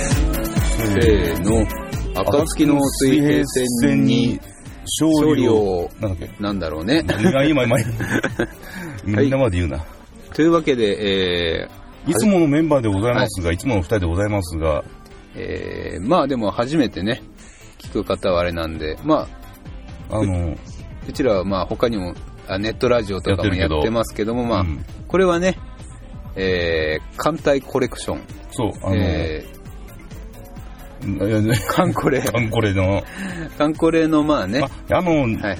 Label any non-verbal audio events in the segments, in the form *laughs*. せーの、暁の水平線に勝勝利利を、を、なんだっけ、なんだろうね。 *laughs* 何が今、今、みんなまで言うな。というわけで、えーいつものメンバーでございますが、いつもの二人でございますが、えーまあでも初めてね、聞く方はあれなんで、まあ、あの、うちらはまあ他にも、あネットラジオとかもややってるけどってますけども、まあう、んこれはね、えー、艦隊コレクション、そう、あの、ええー、艦 *laughs* コレ、カンコレの、艦コレのまあね、ああの、はいはい。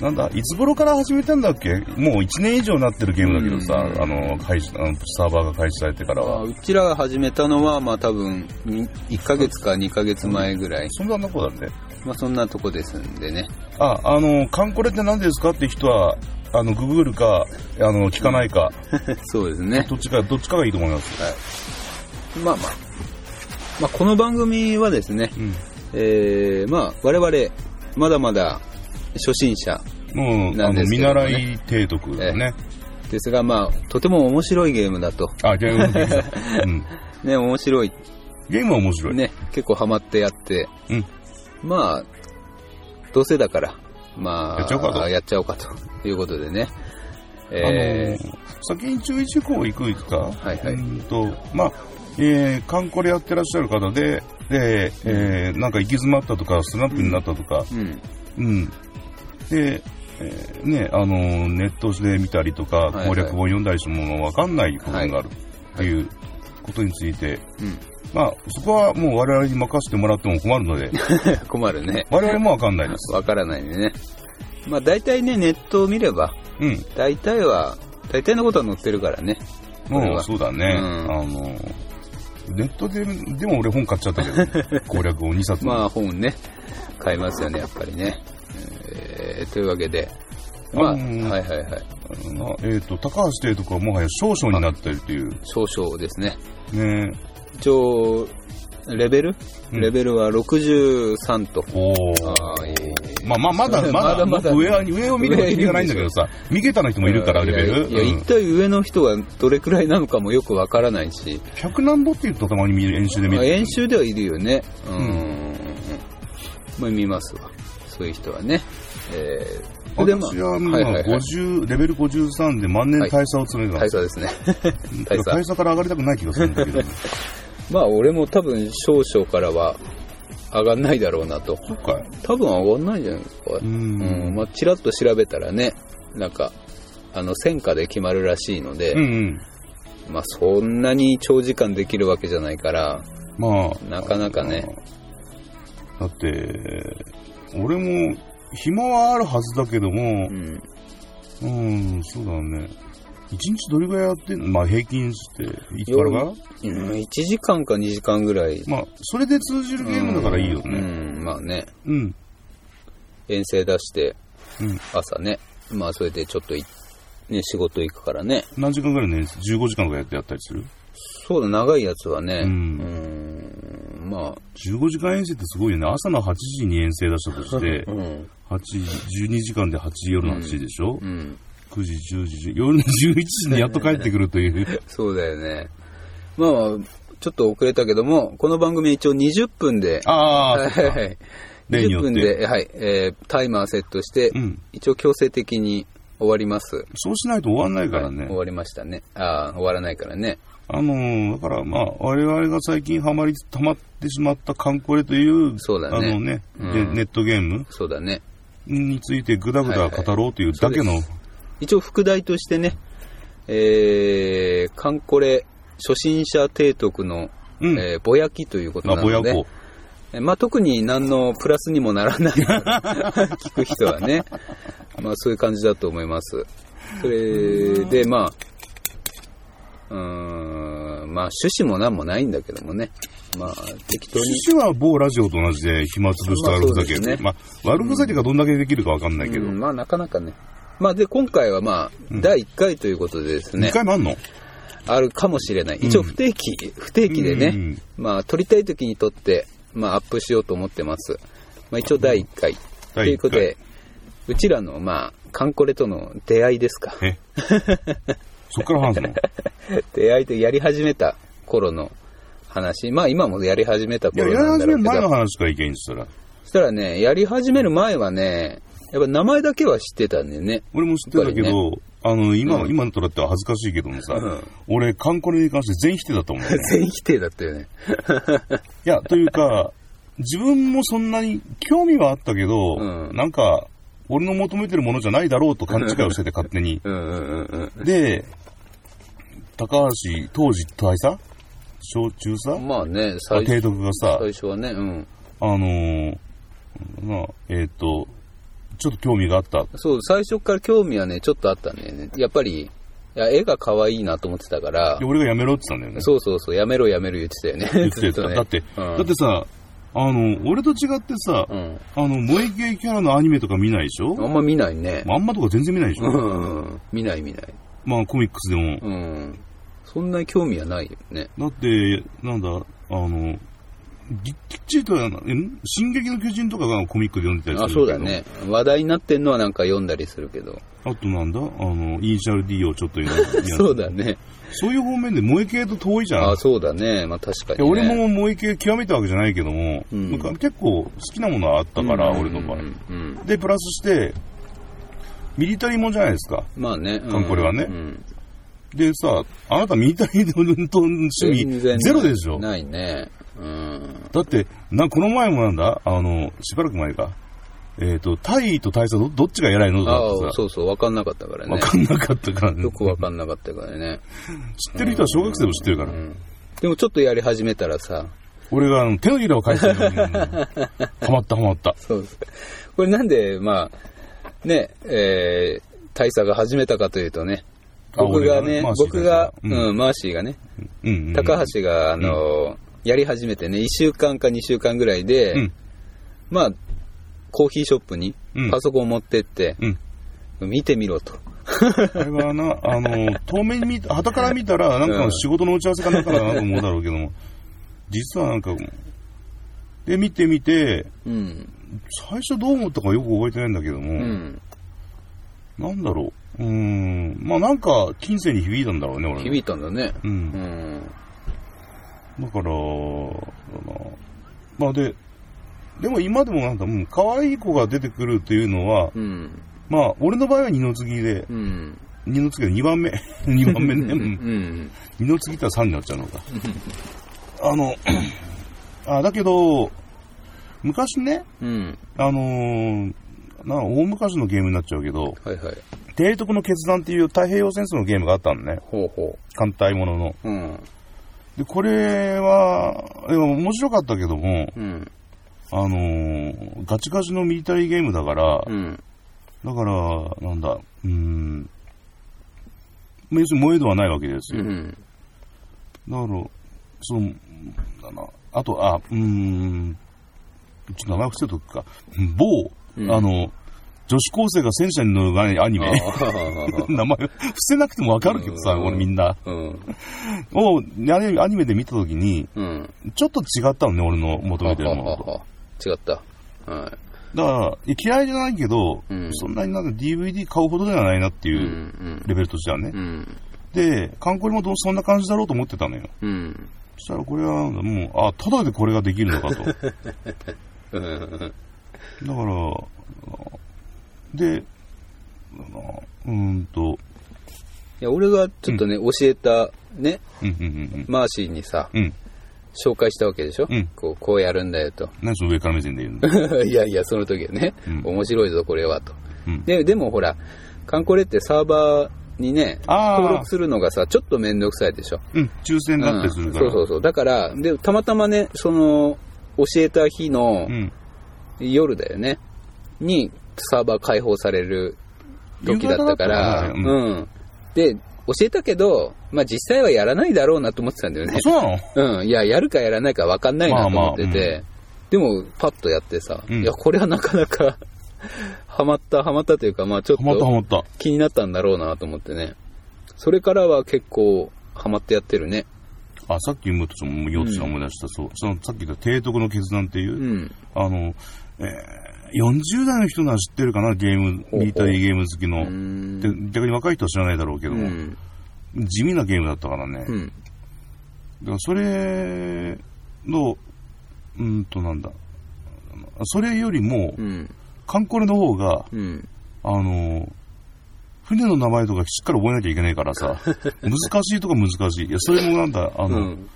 なんだ、いつ頃から始めたんだっけもう1年以上なってるゲームだけどさ、うんあの、開始、あのサーバーが開始されてからまあは。うちらが始めたのは、まあ多分、1ヶ月か2ヶ月前ぐらい、そんなとこだって。まあそんなとこですんでね。 *laughs* あ、あの、カンコレって何ですかって人は、あの、ググるか、あの、聞かないか、そうですね。どっちか、どっちかがいいと思います。まあまあ。まあ、この番組はですね、うん。えー、まあ、我々、まだまだ初心者もう、なあんでの、すけ見どね習い提督だね。ですが、まあ、とても面白いゲームだと。あ、 *laughs* ゲームのゲーム、うん、ね、面白い。ゲームは面白い。ね、結構ハマってやって。うんまあ、どうせだから、まあ、やっちゃおうかとやっちゃおうかということでね。あえの先に注意事項いくいくか、はいはいうーんとまあえー、観光でやってらっしゃる方で、で、えーなんか行き詰まったとか、スランプになったとか、ー、うん。うん。で、えーね、あのー、ネットで見たりとかいは、い攻略本読んだりしたものわかんない部分があるっていうことについて、うん。まあ、そこはもう我々に任せてもらっても困るの *laughs* で、困るね。我々もわかんないです。わからないんでね。まあ、大体ね、ネットを見れば、うん。大体は、大体のことは載ってるからね。これもはうそうだね。うんあのー、ネットで、でも俺本買っちゃったけ *laughs* ど、攻略本2冊。まあ本ね、買いますよね、やっぱりね。えーというわけで、まあ、あのーはいはいはい、なえー、と高橋邸とかはもはや少々になってるという、少々ですね。ね、一応、レベル、うんレベルは63と。おあーいえいえーまあまあま *laughs* だままだだまだ上は上を見るわけにいかないんだけど *laughs* さ、三桁の人もいるから、レベル、いや、いやうん一体上の人がどれくらいなのかもよくわからないし、 100何歩っていうとたまに見る、演習で見まあ、る。演習ではいるよね。うーん。うんまあ見ますわ。そういう人はね。えー、それでま私はまあはいはいはい50レベル53で万年大佐を詰めて大ます、佐ですね。うん *laughs* 大佐大佐から上がりたくない気がするんだけど、まあ俺も多分少々からは上がんないだろうなと。そっか、多分上がんないんじゃないですか。う、うんん、まあ、ちらっと調べたらね、なんか、あの、戦果で決まるらしいので、うんうん、まあ、そんなに長時間できるわけじゃないから、まあ、なかなかね。だって、俺も暇はあるはずだけどもう、ん、うん、そうだね。一日どれぐらいやってんのまあ平均して、いつからかうん1時間か2時間ぐらい。まあ、それで通じるゲームだからいいようんね。、うんまあね、うん。遠征出して、うん朝ね、まあ、それでちょっとい、ね、仕事行くからね。何時間ぐらいのやつ ?15 時間とかやってやったりするそうだ、長いやつはね、うんうんまあ、 ?15 時間遠征ってすごいよね。朝の8時に遠征出したとして *laughs* う、ん、 8時、12時間で8時、夜の8時でしょ、うん、 ?9 時、10時、夜の11時にやっと帰ってくると *laughs* いう。そうだよね。まあまあ、ちょっと遅れたけども、この番組一応20分で、あはあ、い *laughs* はいはい例によ20って分で、はい、えータイマーセットして、うん。一応強制的に終わります。そうしないと終わんないからはねい終。わりましたね。ああ、終わらないからね。あのー、だからまあ、我々が最近ハマり、溜まってしまったカンコレという、そうだねあのね、うんでネットゲームそうだね。についてぐだぐだ語ろうというだけの、一応副題としてね、えー、カンコレ初心者提督の、うん、えーぼやきということまあ、なぼやので、こ。えまあ、特に何のプラスにもな *laughs* らない聞く人はね、まあ、そういう感じだと思います。それで、まあ、うーん、まあ、趣旨も何もないんだけどもね、まあ、適当に。趣旨は某ラジオと同じで暇つぶした悪ふざけ、まあそうですねまあ、悪ふざけがどんだけできるかわかんないけど、うんまあ、なかなかね。まあ、で、今回はまあ、うん第1回ということでですね2、回もあんのあるかもしれない。一応、不定期、不定期でね、うんまあ、撮りたい時に撮って、まあ、アップしようと思ってます。まあ、一応第1回。と第いう一回ことで、うちらの、まあ、カンコレとの出会いですか。えそっから話す *laughs* の出会いとやり始めた頃の話。まあ、今もやり始めたいや、頃やりなん始だろめうるけ前のど。話からいけんしたら。そしたらね、やり始める前はね、やっぱ名前だけは知ってたんだよね。俺も知ってたけど、あの、今の、うん今のとなっては恥ずかしいけどもさ、うん俺、カンコレに関して全否定だと思 *laughs* う、ね。全否定だったよね。いや、というか、自分もそんなに興味はあったけど、うんなんか、俺の求めてるものじゃないだろうと勘違いをしてて、勝手 *laughs* に。うんうんうんうん。で、高橋、当時、大佐小中佐まあね、あ最提初督がさ、最初はね、うん。あのー、まあ、えっ、と、ちょっと興味があった。そう、最初から興味はね、ちょっとあったんだよね。やっぱり、いや絵が可愛いなと思ってたからで、俺がやめろって言ったんだよね。そうそうそう、やめろやめろ言ってたよ言ね。っずってとた。ね。だって、うだんってさ、あの、俺と違ってさ、うん。あの、萌え系キャラのアニメとか見ないでしょ、あんま見ないね。まあ、あんまとか全然見ないでしょ、うん。見ない見ない。まあコミックスでも。うん。そんなに興味はないよね。だって、なんだ、あの、ぎきっちりと、あのん進撃の巨人とかがコミックで読んでたりするあ、けそどうだ。ね。話題になってんのはなんか読んだりするけど。あとなんだ、あの、イニシャル D をちょっと読んだり *laughs* そうだね。そういう方面で萌え系と遠いじゃん。あ、そうだね。まあ確かいやに、ね。俺も萌え系極めたわけじゃないけども、うんなんか結構好きなものはあったから、俺の場う合。んうんうん。で、プラスして、ミリタリーもんじゃないですか。まあね。カンコレはねうん、でさ、あなたミリタリーの趣全然味ゼロでしょないね。うん。だって、な、この前もなんだあの、しばらく前か。えっ、と、タイと大佐ど、どっちが偉いのあだあって、さ、そうそう、わかんなかったからねわ。かんなかったからね。よくわかんなかったからね。知ってる人は小学生も知ってるから。うん。でもちょっとやり始めたらさ、俺があの手のひらを返してるの *laughs* に、うんハマったハマった。そうです。これなんで、まあ、ね、えー、大佐が始めたかというとね、あ僕が俺ね、がマーシー僕が、大佐がうん、マーシーがね、うんうん、うん。高橋が、あのーやり始めてね、1週間か2週間ぐらいで、うんまあ、コーヒーショップにうんパソコンを持ってって、うん。見てみろと。あれはな、あの、遠目に見た、旗から見たら、なんうかん仕事の打ち合わせかなんかだなと思うだろうけども、実はなんか、で、見てみて、うん。最初どう思ったかよく覚えてないんだけども、うん。なんだろう。うーん。まあなんか、金銭に響いたんだろうね、俺ね。響いたんだね。う。うんん。だから、だなまあで、でも今でもなんか、うん、可愛い子が出てくるっていうのは、うん。まあ、俺の場合は二の次で、うん。二の次で2番目。2番 *laughs* 目ね。ううんん。二の次とは3になっちゃうのか。あの、あ、だけど、昔ね、うん。あのーな大昔のゲームになっちゃうけど、はいはい。提督の決断っていう太平洋戦争のゲームがあったのね。ほうほ艦隊ものの。う。うん。で、これは、でも面白かったけども、うん。あのーガチガチのミリタリーゲームだから、うん。だから、なんだ、うーん、まあ要するに萌え度はないわけですうよ。ん。だから、その、だな、あと、あ、うーん、ちょっと名前伏せとくか、某、うんあの、女子高生が戦車に乗るアニメ。あ *laughs* 名前伏せなくてもわかるけどさ、うん俺みんな。あ。うん。を、あれアニメで見たときに、うん。ちょっと違ったのね、俺の求めてるものと。違った。はい。だから、いや嫌いじゃないけど、うんそんなになんか DVD 買うほどではないなってう。いううんレベルとしてはね。うん。で、観光にもどうそんな感じだろうと思ってたのよ。うん。そしたらこれはもう、あ、ただでこれができるの *laughs* かと。だかうん。ら、で、うーんと、いや、俺がちょっとね、教えた、ね、うんうんうんマーシーにさ、うん。うん。紹介したわけでしょうんこう、こうやるんだよと。 *laughs* 何その上から目線で言う *laughs* のいやいや、その時はね、うん面白いぞ、これは、と。うん。で、でもほら、カンコレってサーバーにね、あー登録するのがさ、ちょっとめんどくさいでしょうん、抽選だったりするから。うんそうそうそうだからでたまたまねその教えた日のうん。夜だよね、にサーバー解放される時だったから、夕方だったようん。で、教えたけど、まあ実際はやらないだろうなと思ってたんだよねあ。そうなのうん、いや、やるかやらないか分かんないなと思っまてて、あまでも、パッとやってさ、うんいや、これはなかなか、 *laughs* ハマった、ハマったというか、まあちょっハマったハとマった。気になったんだろうなと思ってね。それからは結構、ハマってやってるね。あ、さっきもちょっと言おうとした思い出した、そう、そのさっき言った提督の決断っていう、うん。あの、えー40代の人なら知ってるかな、ゲーム、ほうミリタリーゲーム好きうの。んで逆に若い人は知らないだろうけどうも、ん。地味なゲームだったからね。うん。だからそれの、うーんとなんだ、それよりもう、ん。カンコレの方が、うん。あの、船の名前とかしっかり覚えなきゃいけないから *laughs* さ、難しいとか難しい。いや、それもなんだ、あうの、ん。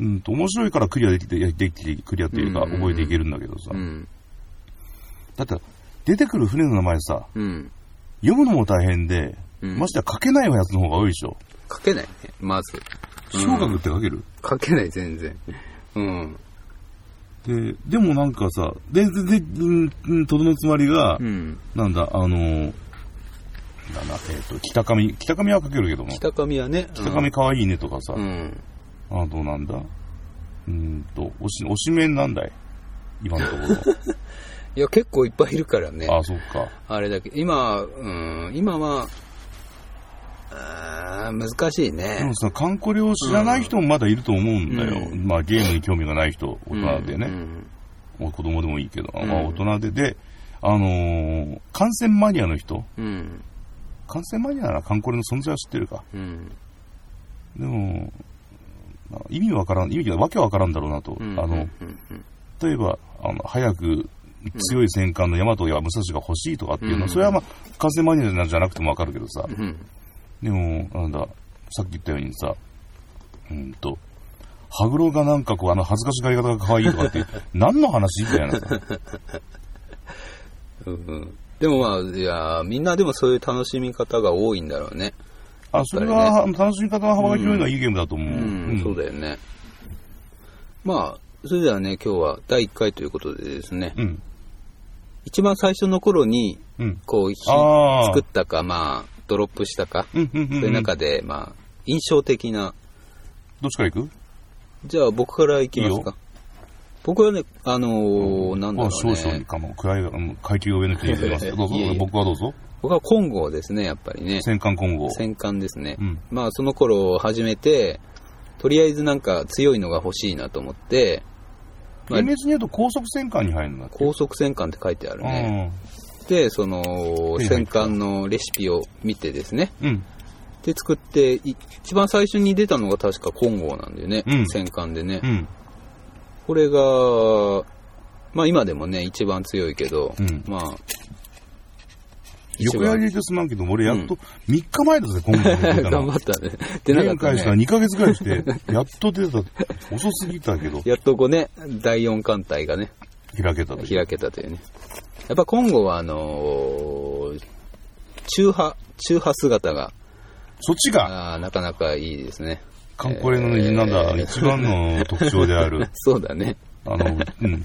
うんと、面白いからクリアできて、いやできて、クリアっていうか、うんうんうん覚えていけるんだけどさう。ん。だって、出てくる船の名前さ、うん。読むのも大変で、うんましてや書けないやつの方が多いでしょ。書けないね、まず。うん小学って書ける、書けない、全然。うん。で、でもなんかさ、で、で、で、うんうん、とどのつまりが、うん。なんだ、あのー、なんだ、えっ、と、北上、北上は書けるけども、北上はね。北上かわいいねとかさ、うん。あとなんだ、うーんと、おし、おしめんなんだい今のとこいや、結構いっぱいいるからね。ろ。あ、そっか。あれだけ今、うん、今は、あー難しいでねも。さ、カンコレを知らない人もまだいると思うんだよ。うんまあ、ゲームに興味がない人、大人でね。うんもう子供でもいいけど、うんまあ、大人で、で、あのー観戦マニアの人、うん。観戦マニアならカンコレの存在は知ってるか。うん。でも、まあ意味わからん、意味がわけわからんだろうなと。うんあの、、うんうん例えば、あの、早く強い戦艦の大和や武蔵が欲しいとかっていうのは、うんそれはまあ、観戦マニアじゃなくてもわかるけどさ、うん。でも、なんだ、さっき言ったようにさ、うんと、ハグロがなんかこう、あの恥ずかしがり方が可愛いとか *laughs* って、何の話みたいなさ。うんうんでもまあ、いやー、みんなでもそういう楽しみ方が多いんだろうね。あ、それは、楽しみ方の幅が広いのはいいゲームだと思う。うん、そうだよね。まあ、それではね、今日は第1回ということでですね、うん。一番最初の頃に、うん。こう、火ああ。作ったか、まあ、ドロップしたか、うんうんうんうん。そういう中で、まあ、印象的などっちから行くじゃあ僕から行きますか。僕はね、あのーなんだろあう少々ねに。かも、暗い、うん階級が上の人に言いますけど、どうぞ *laughs* いえいえ、僕はどうぞ。僕は金剛ですね、やっぱりね。戦艦今後。戦艦ですねう。ん。まあその頃始めて、とりあえずなんか強いのが欲しいなと思って、まあ厳、密に言うと高速戦艦に入るんだって。高速戦艦って書いてあるね。で、その手に入った戦艦のレシピを見てですね。うん。うん。で、作って、い一番最初に出たのが確か金剛なんだよね。うん戦艦でねう。ん。これが、まあ今でもね、一番強いけど、うんまあ、一横や番りですまんけど、俺やっと3日前だぜ、今後出 *laughs* た頑の。張ったね。ゲ出なーかムった開始からね。 2ヶ月ぐらい *laughs* して、やっと出た。遅すぎたけど、やっとこうね、第4艦隊がね、開けたという。開けたというね。やっぱ今後は、あのー中波、中波姿が、そっちが、あーなかなかいいですね。カンコレの、なんえだ、ー、一番の特徴であるそうだね。 *laughs* あの、うん。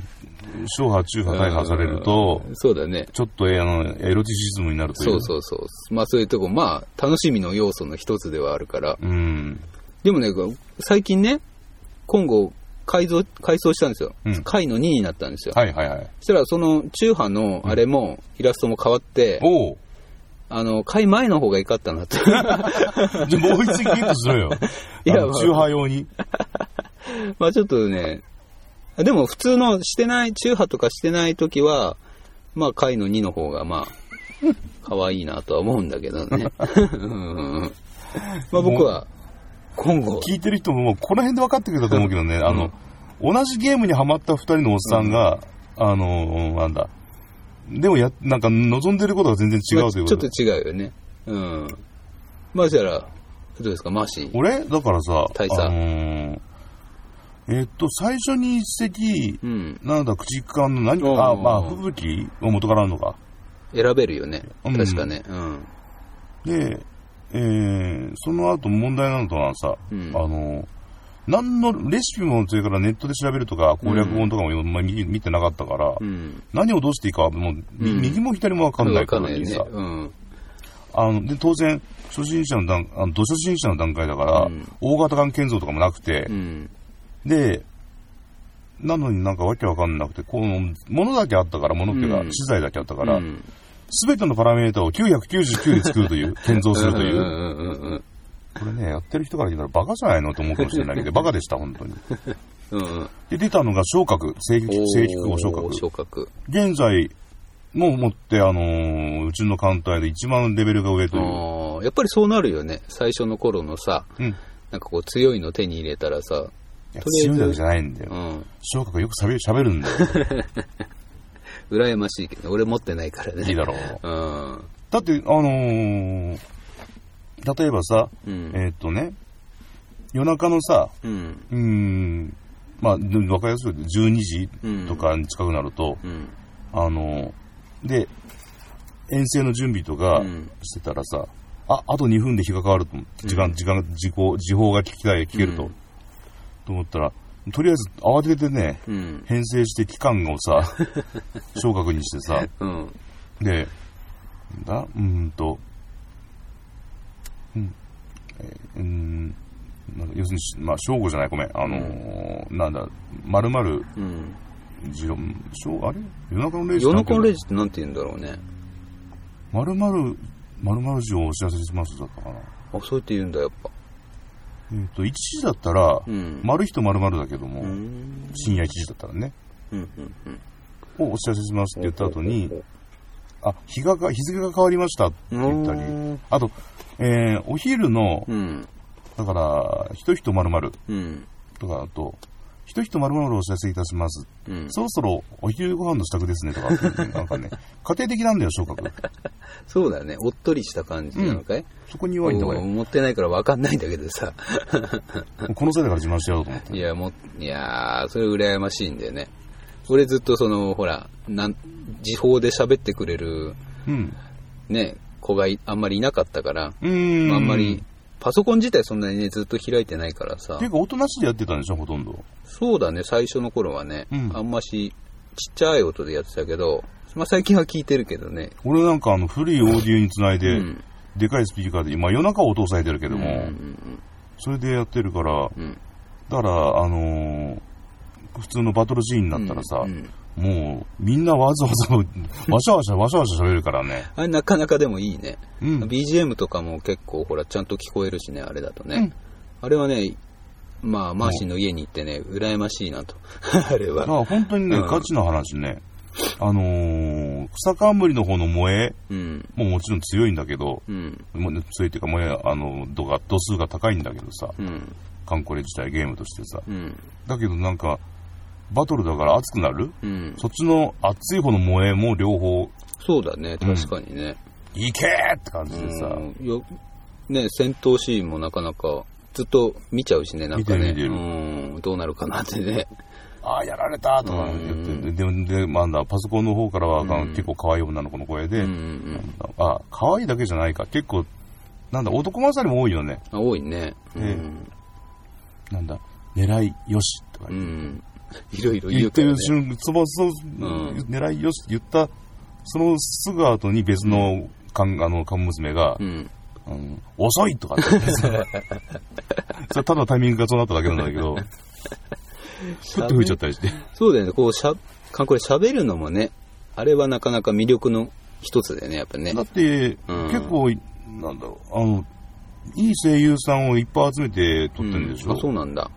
小波、中波、大波されるとう、んそうだね。ちょっと、えーあの、エロティシズムになるという。そうそうそう。まあそういうとこ、まあ楽しみの要素の一つではあるから。うん。でもね、最近ね、今後改造、改装したんですよ。うん回の2になったんですよ。はいはいはい。そしたらその中波のあれも、イラストも変わって、おう。あの、回前の方が良かった *laughs* なと。じゃあもう一回ゲットしろよ。 *laughs* いやあのまあ中波用に。まあちょっとね、でも普通のしてない、中波とかしてない時は、まあ回の2の方がまあ、可愛いなとは思うんだけど *laughs* ね。うんまあ僕は、今後、聞いてる人ももうこの辺で分かってくれたと思うけどね、あの、同じゲームにハマった二人のおっさんが、あの、なんだ。でもや、なんか望んでることが全然違まあうちといょうっことと違うよね。うん。まあそしたら、どうですか、マーシー。俺だからさ、大佐あのーえっと、最初に一席、うん。なんだ、駆逐艦の何おうか、あ、まあ、吹雪を元からあるのか。選べるよね。うん確かね。うん。で、えー、その後問題なのとはさ、うんあの、何のレシピも、それからネットで調べるとか、攻略本とかも、まあ見見てなかったから、うん。何をどうしていいかは、もう、みうん右も左もわかんないわかからんないにねさ。。うん。あの、で、当然、初心者の段、あの、土初心者の段階だから、うん大型がん建造とかもなくてう、ん。で、なのになんかわけわかんなくて、この、ものだけあったから、ものっていうか、うん資材だけあったかからう、んすべ、てのパラメータを999で作ると *laughs* いう、建造するというう。んうんうんこれね、やってる人から言ったらバカじゃないのと思うかもしれ *laughs* ないけど、バカでした、本当に。うんうん。で、出たのが昇格、正規おー正規空昇格。昇格。現在も持って、あのーうちの艦隊で一番レベルが上という。ああ、やっぱりそうなるよね。最初の頃のさ、うん。いなんかこう強いの手に入れたらさ、やとりあえず強いわけじゃないんだうよ。ん。昇格よく喋る喋るんだよ。 *laughs* 羨ましいけど、俺持ってないからいいね。だろう。うん。だって、あのー例えばさ、うん。えーっとね、夜中のさ、うん。うーん、まあ、でわかりやすく言うと12時うん。と。かに近くなると、うん。あのーで、遠征の準備とかうんしてたらさ、あ、あと2分で日が変わると思って、時間、時間、時報、時報が聞きたい、聞けると、うんと思ったら、とりあえず慌ててね、うん。編成して期間を *laughs* さ、昇格にしてさ、うん。で、な、うーんと、うん、えーうーん、なんか要するに、まあ、正午じゃない、ごめん、あのーなんだ、まるまる、うん。じろ、しょあれ夜中の0時ヨナコンレイ時ジってなんて言うんだろうね。まるまる、まるまる時をお知らせしますだったかな。あ、そうやって言うんだ、やっぱ。えっ、と、1時だったら、うん。まる日とまるまるだけども、うん。深夜1時だったらね、うん。うん。うん。をお知らせしますって言った後に、あ、日がか、日付が変わりましたって言ったり、うんあと、えーお昼の、うん。だから、ひとひとまるまるうん。とかだと、ひとひとまるまるお知らせいたします。うん。そろそろお昼ご飯の支度ですねとかっていうね、なんか *laughs* ね、家庭的なんだよ、昇格。そうだね。おっとりした感じなのかい、そこにお弱いんだ、俺。持ってないから分かんないんだけどさ。この際だから自慢してやろうと思って。いや、もう、いやー、それ羨ましいんだよね。俺ずっとその、ほら、なん、時報で喋ってくれる、うん。ね、子がいあんまりいなかったから、うーん。あんまり。、パソコン自体そんなにね、ずっと開いてないからさてい。うか、音なしでやってたんでしょ、ほとんど。そうだね、最初の頃はね、うんあんまし、ちっちゃい音でやってたけど、まあ最近は聞いてるけどね。俺なんか、あの、古いオーディオにつないで、うんでかいスピーカーで、今夜中は音を抑えてるけどうんも、それでやってるから、うんうんだから、あのー普通のバトルシーンになったらさ、うんもう、みんなわざわざ、 *laughs* わしゃわしゃ、わしゃわしゃ喋るからね。あれなかなかでもいいね。うん。 BGM とかも結構ほらちゃんと聞こえるしねあれだとね、うんあれはねまあマーシーの家に行ってね羨ましいなと *laughs* あれだかはら本当にね、うんガチの話ね、あのー草冠の方の萌えうんももちろん強いんだけど、うんもうね強いっていうか萌え、あの、度が、度数が高いんだけどさ、うんカンコレ自体ゲームとしてさ。うんだけどなんか、バトルだから熱くなるうんそっちの熱い方の萌えも両方、そうだねうん確かにね、いけーって感じでさ、うんよね戦闘シーンもなかなかずっと見ちゃうしねなんかね見てる見うんどうなるかなってねああ、やられたとか言って、うで、ででまあ、パソコンの方からは、あのうん結構可愛い女の子の声うで、んうんうんあ、可愛いだけじゃないか。結構、なんだ、男勝りも多いよね。あ多いねうえん、なんだ、狙いよしとかう。ん、いろいろ言言うっけてどねる瞬間、そばそん狙いよしって言った、そのすぐ後に別の缶、あの、缶娘がう、んあの遅いとかって言ってさ *laughs* それただタイミングがそうなっただけなんだけど、ふっと吹いちゃったりして。そうだよね、こうしゃ、かこれ喋るのもね、あれはなかなか魅力の一つだよね、やっぱねだ。って、うん結構、なんだろう、あの、いい声優さんをいっぱい集めて撮ってるんでしょ、うんあ、そうなんだ。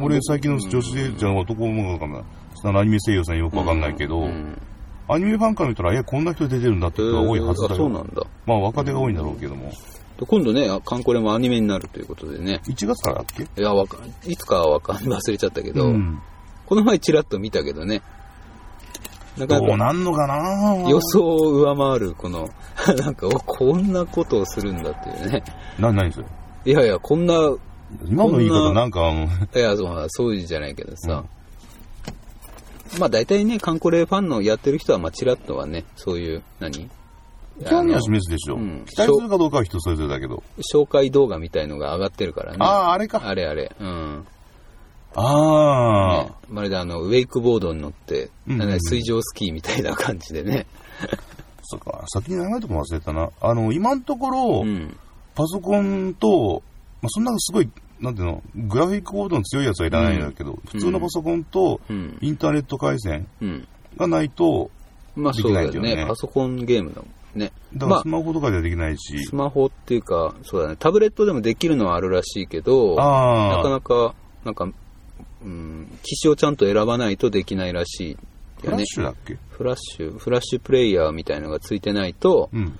俺、最近の女子で、じゃあ男ものかな、そのアニメ声優さんよくわかんないけど、うんアニメファンから見たら、え、こんな人出てるんだって人が多いはずだあけそど、うなんだ。まあ若手が多いんだろうけども、で今度ね、あカンコレもアニメになるということでね。 1月からだっけいや、わかん、いつかはわかん、忘れちゃったけど、うんこの前チラッと見たけどね。なかどうなかなんのかな予想を上回る、この、 *laughs* なんか、おこんなことをするんだっていうね。な、何それいやいや、こんな、い今の言いこ方んななんか、あの、や、そうそうじゃないけどさ。まあ大体ね、カンコレファンのやってる人は、まあ、ちらっとはね、そういう、何興味はあの示すでしょ、うん期待するかどうかは人それぞれだけど。紹介動画みたいのが上がってるからね。ああ、あれか。あれあれ。うん。ああ、まるであの、ウェイクボードに乗って、うんなんか水上スキーみたいな感じでね。そっか、先に名前とかも忘れたな。あの、今のところ、うん。パソコンと、まあ、そんなすごい、なんていうの、グラフィックボードの強いやつはいらないんだけど、普通のパソコンとうん。インターネット回線うん。がないと、まあそうだよできないよね。ねパソコンゲームだもんね。だかまらあスマホとかではできないし、スマホっていうか、そうだね。タブレットでもできるのはあるらしいけど、なかああ、なか、なんか、うん、機種をちゃんと選ばないとできないらしいフよラッね。シュだっけフラッシュ、フラッシュプレイヤーみたいのがついてないとうん。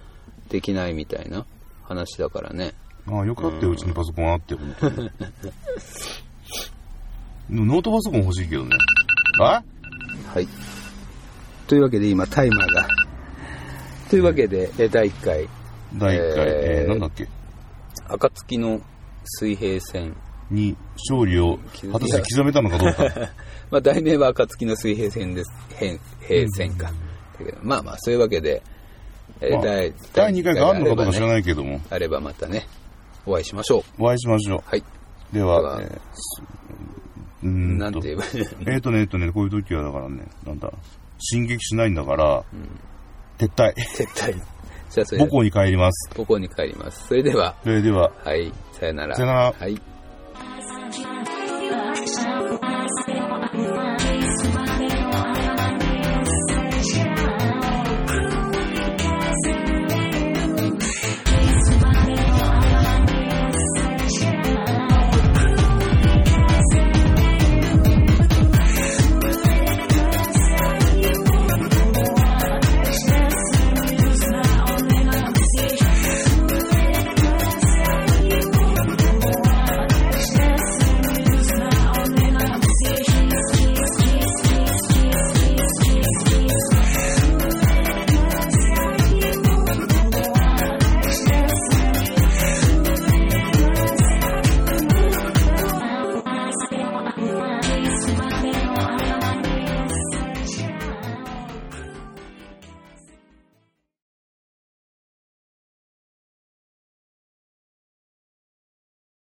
できないみたいな話だからね。ああ、よかったよ、うちにパソコンあって、本当に。でもノートパソコン欲しいけどね。あはい。というわけで今タイマーが。というわけで、え第1回、第1回、えーえーなんだっけ暁の水平線。に勝利を果たして刻めたのか *laughs* どうか。まあ、題名は暁の水平線です。変平線か。だけどまあまあ、そういうわけで、えーまあ第第2回があるのかどうか知らい。ないけども、あればまたね、お会いしましょう。お会いしましょう。はい。ででは、はえーすうーんとなんて言えばいいのえっ、とね、えっ、とね、こういう時はだからね、なんだ、進撃しないんだから、撤退、 *laughs* 絶対。じゃあ、それで母校に帰ります。母校に帰ります。それでは、それでは、はい、さよなら。さよならはい。